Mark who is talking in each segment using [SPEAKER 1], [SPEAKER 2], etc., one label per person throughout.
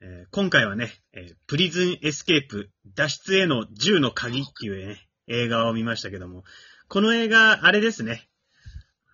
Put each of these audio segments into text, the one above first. [SPEAKER 1] えー今回はね、えープリズンエスケープ脱出への銃の鍵っていうね、映画を見ましたけども、この映画、あれですね。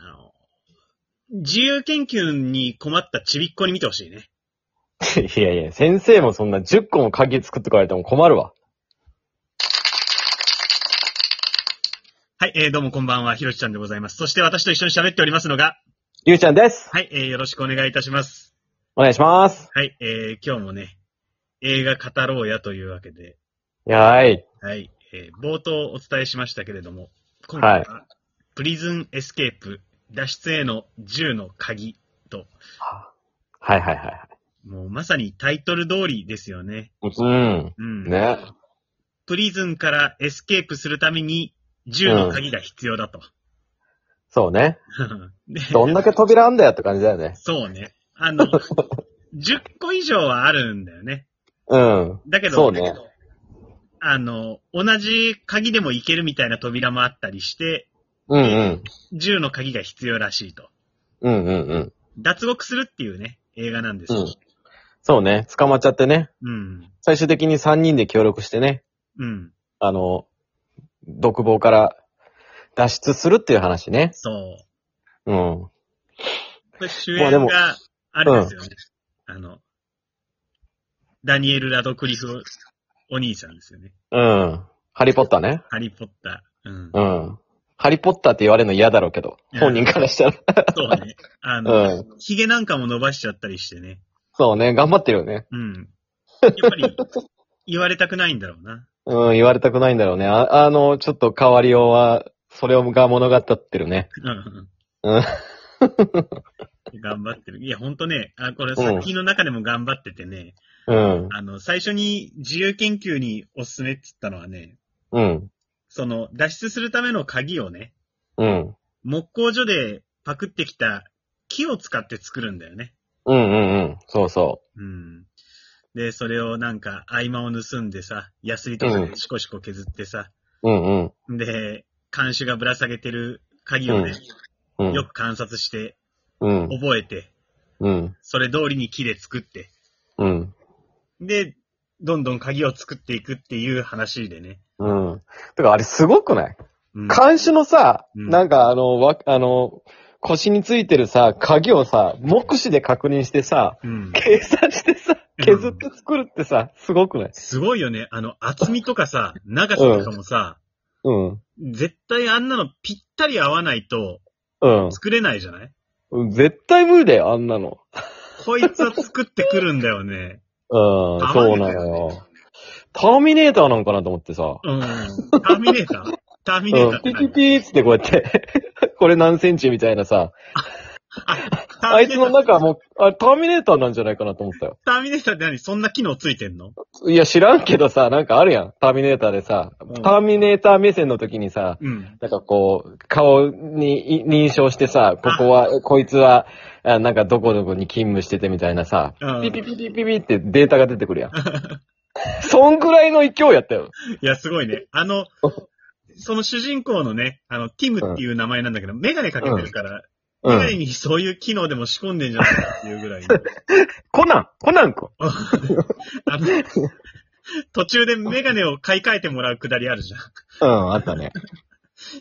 [SPEAKER 1] あの、自由研究に困ったちびっこに見てほしいね。
[SPEAKER 2] いやいや、先生もそんな10個も鍵作ってこられても困るわ。
[SPEAKER 1] はい、えーどうもこんばんは、ひろちちゃんでございます。そして私と一緒に喋っておりますのが、
[SPEAKER 2] ゆうちゃんです。
[SPEAKER 1] はい、えーよろしくお願いいたします。
[SPEAKER 2] お願いします。
[SPEAKER 1] はい、えー今日もね、映画語ろうやというわけで、
[SPEAKER 2] やーい。
[SPEAKER 1] はい、えー冒頭お伝えしましたけれども、今回は、プリズンエスケープ、脱出への銃の鍵と、
[SPEAKER 2] はいはいはい。
[SPEAKER 1] もうまさにタイトル通りですよね。
[SPEAKER 2] うん。
[SPEAKER 1] うん。
[SPEAKER 2] ね。
[SPEAKER 1] プリズンからエスケープするために、銃の鍵が必要だと。
[SPEAKER 2] そうね。
[SPEAKER 1] で
[SPEAKER 2] どんだ け扉あんだよって感じだよね。
[SPEAKER 1] そうね。あ の、10個以上はあるんだよね。
[SPEAKER 2] うん。
[SPEAKER 1] だけど、
[SPEAKER 2] そうね
[SPEAKER 1] あの、同じ鍵でもいけるみたいな扉もあったりして、
[SPEAKER 2] うんうん。
[SPEAKER 1] 銃の鍵が必要らしいと。
[SPEAKER 2] うんうんうん。
[SPEAKER 1] 脱獄するっていうね、映画なんですよ。
[SPEAKER 2] そうね。捕まっちゃってね。
[SPEAKER 1] うん。
[SPEAKER 2] 最終的に3人で協力してね。
[SPEAKER 1] うん。
[SPEAKER 2] あの、独房から脱出するっていう話ね。
[SPEAKER 1] そう。
[SPEAKER 2] うん。
[SPEAKER 1] これ主
[SPEAKER 2] まあで
[SPEAKER 1] 演
[SPEAKER 2] も
[SPEAKER 1] が、あれですよね。あの、ダニエル・ラドクリフお兄さんですよね。
[SPEAKER 2] うん。ハリーポッターね。
[SPEAKER 1] ハリー・ポッター。 うん。
[SPEAKER 2] うん。ハリーポッターって言われるの嫌だろうけど
[SPEAKER 1] う。ん
[SPEAKER 2] 本人からしたら。
[SPEAKER 1] そうね。あ
[SPEAKER 2] う
[SPEAKER 1] の、ヒゲなんかも伸ばしちゃったりしてね。
[SPEAKER 2] そうね。頑張ってるよね。
[SPEAKER 1] うん。やっぱり、言われたくないんだろうな。
[SPEAKER 2] うん、言われたくないんだろうね。あ、あの、ちょっと変わりようは、それが物語ってるね。
[SPEAKER 1] うん
[SPEAKER 2] うん。
[SPEAKER 1] 頑張ってる。いや、ほんとね、あ、これ作品の中でも頑張っててね、
[SPEAKER 2] うん。
[SPEAKER 1] あの、最初に自由研究におすすめって言ったのはね、
[SPEAKER 2] うん。
[SPEAKER 1] その、脱出するための鍵をね、
[SPEAKER 2] うん。
[SPEAKER 1] 木工所でパクってきた木を使って作るんだよね。
[SPEAKER 2] うんうんうん。そうそ
[SPEAKER 1] うん。で、それをなんか合間を盗んでさ、ヤスリとかでシコシコ削ってさ、
[SPEAKER 2] う。うんうん。
[SPEAKER 1] で、監視がぶら下げてる鍵をね、
[SPEAKER 2] う
[SPEAKER 1] よ
[SPEAKER 2] ん。
[SPEAKER 1] く観察して、
[SPEAKER 2] うん。
[SPEAKER 1] 覚えて、
[SPEAKER 2] うん。
[SPEAKER 1] それ通りに木で作って、
[SPEAKER 2] うん。
[SPEAKER 1] で、どんどん鍵を作っていくっていう話でね。
[SPEAKER 2] うん。てか、あれすごくない
[SPEAKER 1] うん。
[SPEAKER 2] 監視のさ、
[SPEAKER 1] うん
[SPEAKER 2] なんかあの、わ、あの、腰についてるさ、鍵をさ、目視で確認してさ、
[SPEAKER 1] うん、
[SPEAKER 2] 計算してさ、削って作るってさ、すごくない
[SPEAKER 1] すごいよね。あの、厚みとかさ、長さとかもさ、
[SPEAKER 2] うん。
[SPEAKER 1] 絶対あんなのぴったり合わないと作れないじゃない
[SPEAKER 2] うん。絶対無理だよ、あんなの。
[SPEAKER 1] こいつは作ってくるんだよね。
[SPEAKER 2] うん
[SPEAKER 1] あ、
[SPEAKER 2] そうなのよ。ターミネーターなんかなと思ってさ。
[SPEAKER 1] うん。ターミネーターターミネー
[SPEAKER 2] う
[SPEAKER 1] ター
[SPEAKER 2] ん、
[SPEAKER 1] って
[SPEAKER 2] ピ
[SPEAKER 1] 何
[SPEAKER 2] ピピーっつってこうやって、 これ何センチみたいなさ、
[SPEAKER 1] ターミネー
[SPEAKER 2] あいつ
[SPEAKER 1] タ
[SPEAKER 2] の
[SPEAKER 1] ー
[SPEAKER 2] 中もう、あ、ターミネーターなんじゃないかなと思ったよ。
[SPEAKER 1] ターミネーターって何そんな機能ついてんの
[SPEAKER 2] いや、知らんけどさ、なんかあるやん。ターミネーターでさ、
[SPEAKER 1] うん
[SPEAKER 2] ターミネーター目線の時にさ、
[SPEAKER 1] うん。
[SPEAKER 2] なんかこう、顔にい認証してさ、ここは、こいつは、あなんかどこどこに勤務しててみたいなさ、
[SPEAKER 1] うん
[SPEAKER 2] ピピピピピピってデータが出てくるやん。そんくらいの勢いやったよ。
[SPEAKER 1] いや、すごいね。あの、その主人公のね、あの、ティムっていう名前なんだけど、メガネかけてるから、
[SPEAKER 2] う
[SPEAKER 1] メガネ
[SPEAKER 2] ん。
[SPEAKER 1] にそういう機能でも仕込んでんじゃないかっていうぐらい。
[SPEAKER 2] コナンコナン君
[SPEAKER 1] あの、途中でメガネを買い替えてもらうくだりあるじゃん。
[SPEAKER 2] うん、あったね。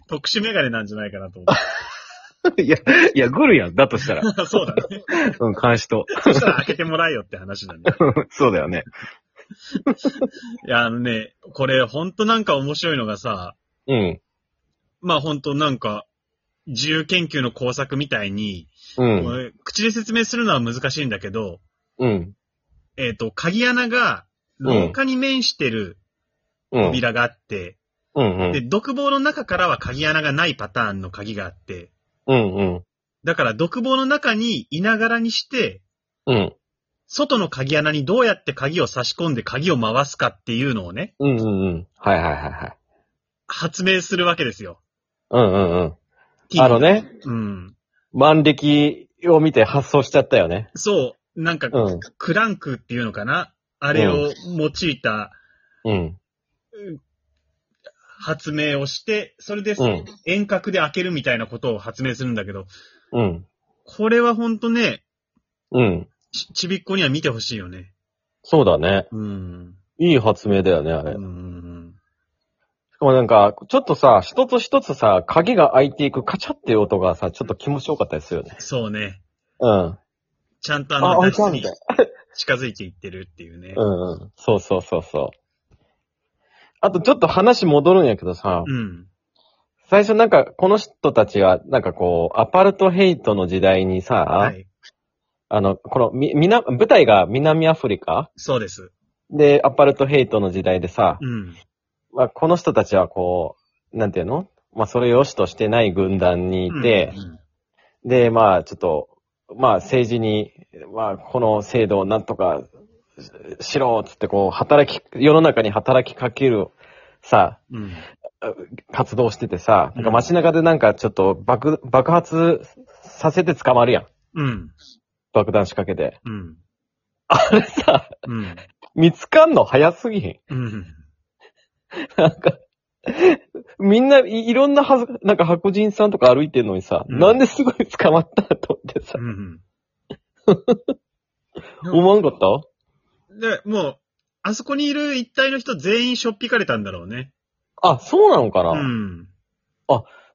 [SPEAKER 1] 特殊メガネなんじゃないかなと思っ
[SPEAKER 2] いや、いや、グルやん。だとしたら。
[SPEAKER 1] て。そうだね。
[SPEAKER 2] うん、監視と。
[SPEAKER 1] そしたら開けてもらえよって話だね。
[SPEAKER 2] そうだよね。
[SPEAKER 1] いや、あのね、これほんとなんか面白いのがさ、
[SPEAKER 2] うん。
[SPEAKER 1] まあほんとなんか、自由研究の工作みたいに、
[SPEAKER 2] うん。
[SPEAKER 1] 口で説明するのは難しいんだけど、
[SPEAKER 2] うん。
[SPEAKER 1] えっ、と、鍵穴が、廊下に面してる
[SPEAKER 2] うん。
[SPEAKER 1] 扉があって、
[SPEAKER 2] うん。う
[SPEAKER 1] で、
[SPEAKER 2] ん。
[SPEAKER 1] 独房の中からは鍵穴がないパターンの鍵があって、
[SPEAKER 2] うん。うん。
[SPEAKER 1] だから独房の中にいながらにして、
[SPEAKER 2] うん。
[SPEAKER 1] 外の鍵穴にどうやって鍵を差し込んで鍵を回すかっていうのをね、
[SPEAKER 2] うん。うん。はいはいはいはい。
[SPEAKER 1] 発明するわけですよ。
[SPEAKER 2] うんうんうん。あの。ね、
[SPEAKER 1] うん。
[SPEAKER 2] 万力を見て発想しちゃったよね。
[SPEAKER 1] そう、なんか、
[SPEAKER 2] うん
[SPEAKER 1] クランクっていうのかなあれを用いた
[SPEAKER 2] うん。
[SPEAKER 1] 発明をして、それで
[SPEAKER 2] うん
[SPEAKER 1] 遠隔で開けるみたいなことを発明するんだけど、
[SPEAKER 2] うん。
[SPEAKER 1] これはほんとね、
[SPEAKER 2] うん。
[SPEAKER 1] ちちびっこには見てほしいよね。
[SPEAKER 2] そうだね。
[SPEAKER 1] うん。
[SPEAKER 2] いい発明だよね、あ
[SPEAKER 1] う
[SPEAKER 2] れ。し
[SPEAKER 1] ん。
[SPEAKER 2] かもなんか、ちょっとさ、一つ一つさ、鍵が開いていくカチャっていう音がさ、ちょっと気持ちよかったりするよね。
[SPEAKER 1] そうね。
[SPEAKER 2] うん。
[SPEAKER 1] ちゃんとあ
[SPEAKER 2] あ、
[SPEAKER 1] の、
[SPEAKER 2] 開い
[SPEAKER 1] 脱
[SPEAKER 2] た
[SPEAKER 1] 出
[SPEAKER 2] み
[SPEAKER 1] に
[SPEAKER 2] たいな。
[SPEAKER 1] 近づいていってるっていうね。
[SPEAKER 2] うんうん。そうそうそうそう。あとちょっと話戻るんやけどさ、
[SPEAKER 1] うん。
[SPEAKER 2] 最初なんか、この人たちが、なんかこう、アパルトヘイトの時代にさ、
[SPEAKER 1] はい。
[SPEAKER 2] あの、この、み、みな、舞台が南アフリカ
[SPEAKER 1] そうです。
[SPEAKER 2] で、アパルトヘイトの時代でさ、
[SPEAKER 1] うん。
[SPEAKER 2] まあ、この人たちはこう、なんていうのまあ、それを良しとしてない軍団にいて、
[SPEAKER 1] うん
[SPEAKER 2] で、まあ、ちょっと、まあ、政治に、まあ、この制度をなんとかししろ、つってこう、働き、世の中に働きかける、さ、
[SPEAKER 1] うん。
[SPEAKER 2] 活動しててさ、なんか
[SPEAKER 1] うん
[SPEAKER 2] 街中でなんかちょっと爆、爆発させて捕まるやん。
[SPEAKER 1] うん。
[SPEAKER 2] 爆弾仕掛けて。
[SPEAKER 1] うん。
[SPEAKER 2] あれさ、
[SPEAKER 1] うん。
[SPEAKER 2] 見つかんの早すぎへん。
[SPEAKER 1] うん。
[SPEAKER 2] なんか、みんないいろんなはず、なんか白人さんとか歩いてんのにさ、
[SPEAKER 1] うん
[SPEAKER 2] なんですごい捕まったと思ってさ
[SPEAKER 1] う、ん。
[SPEAKER 2] 思わんかった
[SPEAKER 1] で、もう、あそこにいる一体の人全員しょっぴかれたんだろうね。
[SPEAKER 2] あ、そうなのかな、
[SPEAKER 1] うん。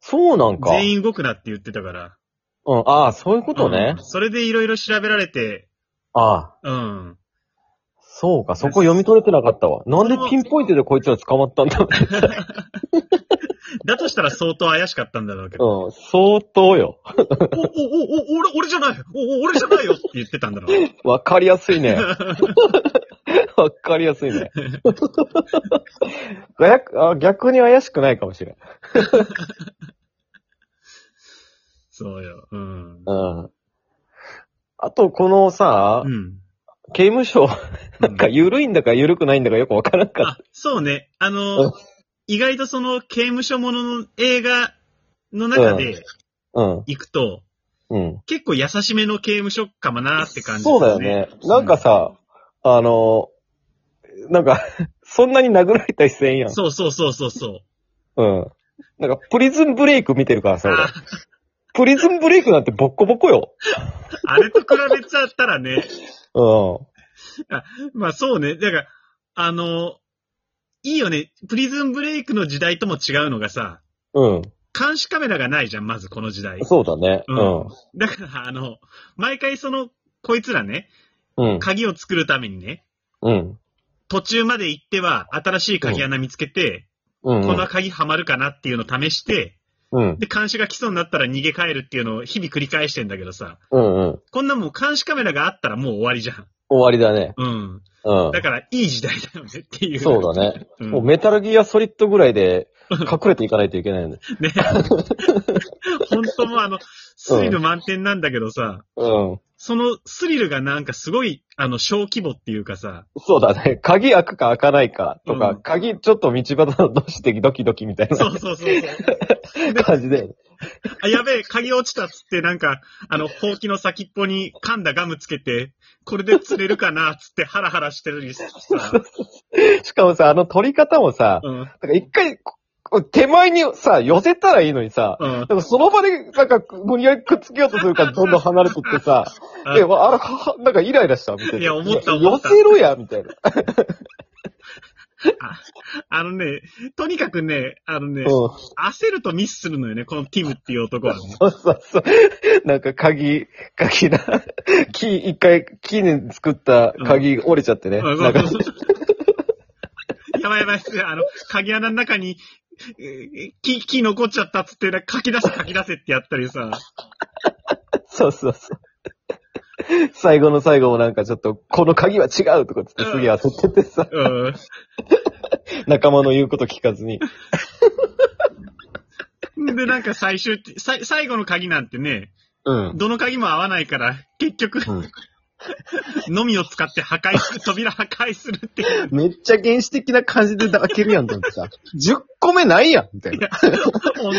[SPEAKER 2] そうなんか。
[SPEAKER 1] 全員動くなって言ってたから。
[SPEAKER 2] うん、ああ、そういうことね。
[SPEAKER 1] うんそれでいろいろ調べられて、
[SPEAKER 2] ああ、
[SPEAKER 1] うん。
[SPEAKER 2] そうか、そこ読み取れてなかったわ。なんでピンポイントでこいつら捕まった んだろ
[SPEAKER 1] だとしたら相当怪しかったんだろうけど。
[SPEAKER 2] う。うん、相当よ。
[SPEAKER 1] お、お、お、お、俺、俺じゃないお、お俺じゃないよって言ってたんだろう ね。
[SPEAKER 2] わかりやすい ね。わかりやすいね。 逆あ逆に怪しくないかもしれん。
[SPEAKER 1] そうよ。うん。
[SPEAKER 2] うん。あと、このさ
[SPEAKER 1] う、ん。
[SPEAKER 2] 刑務所なんか
[SPEAKER 1] うん
[SPEAKER 2] 緩いんだか緩くないんだかよくわからんかっ
[SPEAKER 1] あ、そうね。あ
[SPEAKER 2] う
[SPEAKER 1] の
[SPEAKER 2] ん、
[SPEAKER 1] 意外とその刑務所ものの映画の中で
[SPEAKER 2] た。うん。
[SPEAKER 1] 行くと、
[SPEAKER 2] うん。
[SPEAKER 1] 結構優しめの刑務所かもなーって感じ、
[SPEAKER 2] そうだよ。ね。なんかさ、あの、なんか、 そんなに殴られたりせんやん。
[SPEAKER 1] そうそうそうそうそう。
[SPEAKER 2] うん。なんか、プリズンブレイク見てるからさ、俺
[SPEAKER 1] あ
[SPEAKER 2] プリズンブレイクなんてボッコボコよ。
[SPEAKER 1] あれと比べちゃったらね、
[SPEAKER 2] う
[SPEAKER 1] まあそうね。だから、あの、いいよね。プリズンブレイクの時代とも違うのがさ、
[SPEAKER 2] ん。うん。
[SPEAKER 1] 監視カメラがないじゃん、まずこの時代。
[SPEAKER 2] そうだね。
[SPEAKER 1] う
[SPEAKER 2] うんん。
[SPEAKER 1] だから、あの、毎回その、こいつらね、
[SPEAKER 2] うん。
[SPEAKER 1] 鍵を作るためにね、
[SPEAKER 2] うん。
[SPEAKER 1] 途中まで行っては、新しい鍵穴見つけて、
[SPEAKER 2] う
[SPEAKER 1] この
[SPEAKER 2] ん。
[SPEAKER 1] 鍵はまるかなっていうのを試して、
[SPEAKER 2] うん。
[SPEAKER 1] で、監視が来そうになったら逃げ帰るっていうのを日々繰り返してんだけどさ、
[SPEAKER 2] うん。うん。
[SPEAKER 1] こんなもん監視カメラがあったらもう終わりじゃん。
[SPEAKER 2] 終わりだね。
[SPEAKER 1] うん。
[SPEAKER 2] うん
[SPEAKER 1] だ。から、いい時代だよねっていう。
[SPEAKER 2] そうだね。
[SPEAKER 1] うん
[SPEAKER 2] もうメタルギアソリッドぐらいで隠れていかないといけないよね。
[SPEAKER 1] ね。本当もうあ の、スリル満点なんだけどさ、
[SPEAKER 2] うん。
[SPEAKER 1] そのスリルがなんかすごい、あの、小規模っていうか さ、
[SPEAKER 2] そうだね。鍵開くか開かないかとか、
[SPEAKER 1] うん
[SPEAKER 2] 鍵ちょっと道端のどしてドキドキみたい
[SPEAKER 1] そ
[SPEAKER 2] な
[SPEAKER 1] うそうそうそう。
[SPEAKER 2] 感じで。
[SPEAKER 1] あ、やべえ、鍵落ちたっつってなんか、あの、ほうきの先っぽに噛んだガムつけて、これで釣れるかなっつってハラハラしてるにさ、
[SPEAKER 2] しかもさ、あの取り方もさ、
[SPEAKER 1] うん、
[SPEAKER 2] なんか一回、ここう手前にさ、寄せたらいいのにさ、
[SPEAKER 1] うん。
[SPEAKER 2] なんかその場で、なんか、無理やりくっつけようとするから、どんどん離れてってさ、
[SPEAKER 1] あ
[SPEAKER 2] え、わあら、はなんかイライラしたみたいな。
[SPEAKER 1] いや思った思
[SPEAKER 2] 寄
[SPEAKER 1] った
[SPEAKER 2] せろや、みたいな。
[SPEAKER 1] あのね、とにかくね、あのね
[SPEAKER 2] うん。、そ
[SPEAKER 1] 焦るとミスするのよね、このティムっていう男はね。
[SPEAKER 2] うそうそう。なんか鍵、鍵な、木、一回、木に作った鍵折れちゃってね。
[SPEAKER 1] うん
[SPEAKER 2] なんか、
[SPEAKER 1] やばいやばいっす、あの、鍵穴の中に、えー木、木残っちゃったっつって、なんか書き出せ書き出せってやったりさ。
[SPEAKER 2] そうそうそう。最後の最後もなんかちょっと、この鍵は違うとかつってすげえ焦っててさ、
[SPEAKER 1] うん。
[SPEAKER 2] 仲間の言うこと聞かずに。
[SPEAKER 1] で、なんか最終って、さい最後の鍵なんてね、
[SPEAKER 2] うん。
[SPEAKER 1] どの鍵も合わないから、結局、のみを使って破壊 する、扉破壊するっていう。
[SPEAKER 2] めっちゃ原始的な感じで開けるやんと思ってさ、10個目ないやんみたいな。
[SPEAKER 1] もう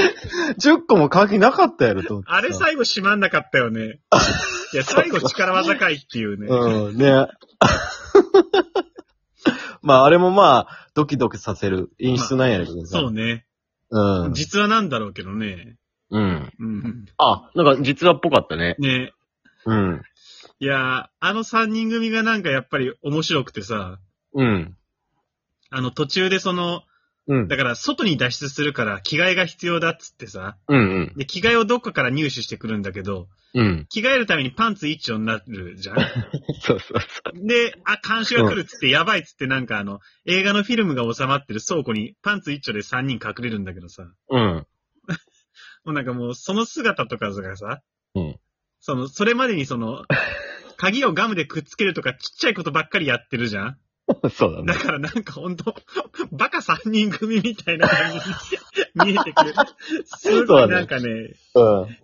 [SPEAKER 2] 10個も鍵なかったやろと思って
[SPEAKER 1] あれ最後閉まんなかったよ ね。いや、最後力技かいっていうね。
[SPEAKER 2] うん、ね。 まあ、あれもまあ、ドキドキさせる演出なんやけどさ。
[SPEAKER 1] そうね。
[SPEAKER 2] うん。
[SPEAKER 1] 実はなんだろうけどね。
[SPEAKER 2] うん。
[SPEAKER 1] うん。
[SPEAKER 2] あ、なんか実話っぽかったね。
[SPEAKER 1] ね。
[SPEAKER 2] うん。
[SPEAKER 1] いやー、あの三人組がなんかやっぱり面白くてさ、
[SPEAKER 2] うん。
[SPEAKER 1] あの途中でその、
[SPEAKER 2] うん。
[SPEAKER 1] だから外に脱出するから着替えが必要だっつってさ、
[SPEAKER 2] うんうん。
[SPEAKER 1] で、着替えをどっかから入手してくるんだけど、
[SPEAKER 2] うん。
[SPEAKER 1] 着替えるためにパンツ一丁になる じゃん。
[SPEAKER 2] そうそうそ
[SPEAKER 1] で、あ、監視が来るっつって、やばいっつってなんかあの、映画のフィルムが収まってる倉庫にパンツ一丁で3人隠れるんだけどさ、
[SPEAKER 2] う。うん。
[SPEAKER 1] もうなんかもうその姿とかがさ、
[SPEAKER 2] うん
[SPEAKER 1] その、それまでにそ の、鍵をガムでくっつけるとかちっちゃいことばっかりやってるじゃん
[SPEAKER 2] そうだ
[SPEAKER 1] だ
[SPEAKER 2] ね。
[SPEAKER 1] からなんかほんと、バカ3人組みたいな感じに見えてくる。すごいなんかね、
[SPEAKER 2] うん。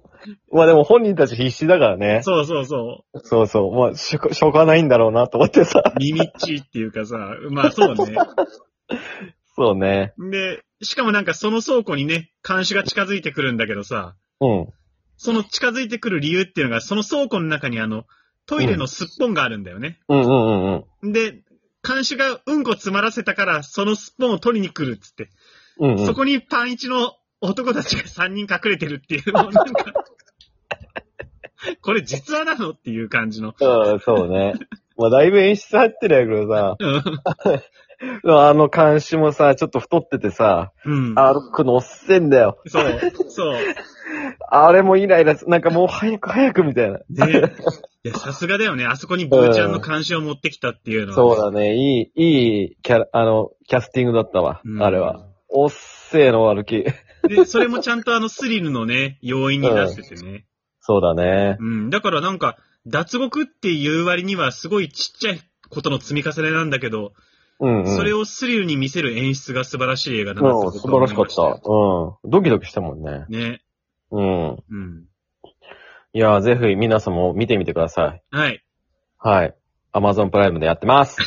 [SPEAKER 2] まあでも本人たち必死だからね。
[SPEAKER 1] そうそうそ
[SPEAKER 2] そうそう。まあ、しょしょうがないんだろうなと思ってさ。
[SPEAKER 1] う、耳っちいっていうかさ、まあそうね。
[SPEAKER 2] そうね。
[SPEAKER 1] で、しかもなんかその倉庫にね、監視が近づいてくるんだけどさ、
[SPEAKER 2] うん。
[SPEAKER 1] その近づいてくる理由っていうのが、その倉庫の中にあの、トイレのすっぽんがあるんだよね。
[SPEAKER 2] うんうんうんうん。
[SPEAKER 1] で、監視がうんこ詰まらせたから、そのすっぽんを取りに来るっつって、
[SPEAKER 2] うんうん、
[SPEAKER 1] そこにパンイチの男たちが3人隠れてるっていう、もうなんか、これ実話なのっていう感じの。
[SPEAKER 2] うん、そうね。まあ、だいぶ演出入ってるやけどさ、
[SPEAKER 1] うん。
[SPEAKER 2] あの監視もさ、ちょっと太っててさ、
[SPEAKER 1] うん。
[SPEAKER 2] 歩くのおっせんだよ。
[SPEAKER 1] そう、そう。
[SPEAKER 2] あれもイライラす、なんかもう早く早くみたいな。
[SPEAKER 1] ね。いや、さすがだよね。あそこにブーちゃんの監視を持ってきたっていうのは。
[SPEAKER 2] そうだね。いい、いいキャラ、あの、キャスティングだったわ。
[SPEAKER 1] うん
[SPEAKER 2] あれは。。おっせえの歩き。
[SPEAKER 1] で、それもちゃんとあのスリルのね、要因になっててね。
[SPEAKER 2] そうだね。
[SPEAKER 1] うん。だからなんか、脱獄っていう割にはすごいちっちゃいことの積み重ねなんだけど、
[SPEAKER 2] うん、うん。
[SPEAKER 1] それをスリルに見せる演出が素晴らしい映画だな
[SPEAKER 2] うん、
[SPEAKER 1] と
[SPEAKER 2] 素
[SPEAKER 1] 僕は
[SPEAKER 2] 晴
[SPEAKER 1] 思
[SPEAKER 2] ら
[SPEAKER 1] い
[SPEAKER 2] しかっ。
[SPEAKER 1] ました
[SPEAKER 2] うん。ドキドキしたもんね。
[SPEAKER 1] ね。
[SPEAKER 2] うん。
[SPEAKER 1] うん。
[SPEAKER 2] いやー、ぜひ皆さんも見てみてください。
[SPEAKER 1] はい。
[SPEAKER 2] はい。Amazon プライムでやってます。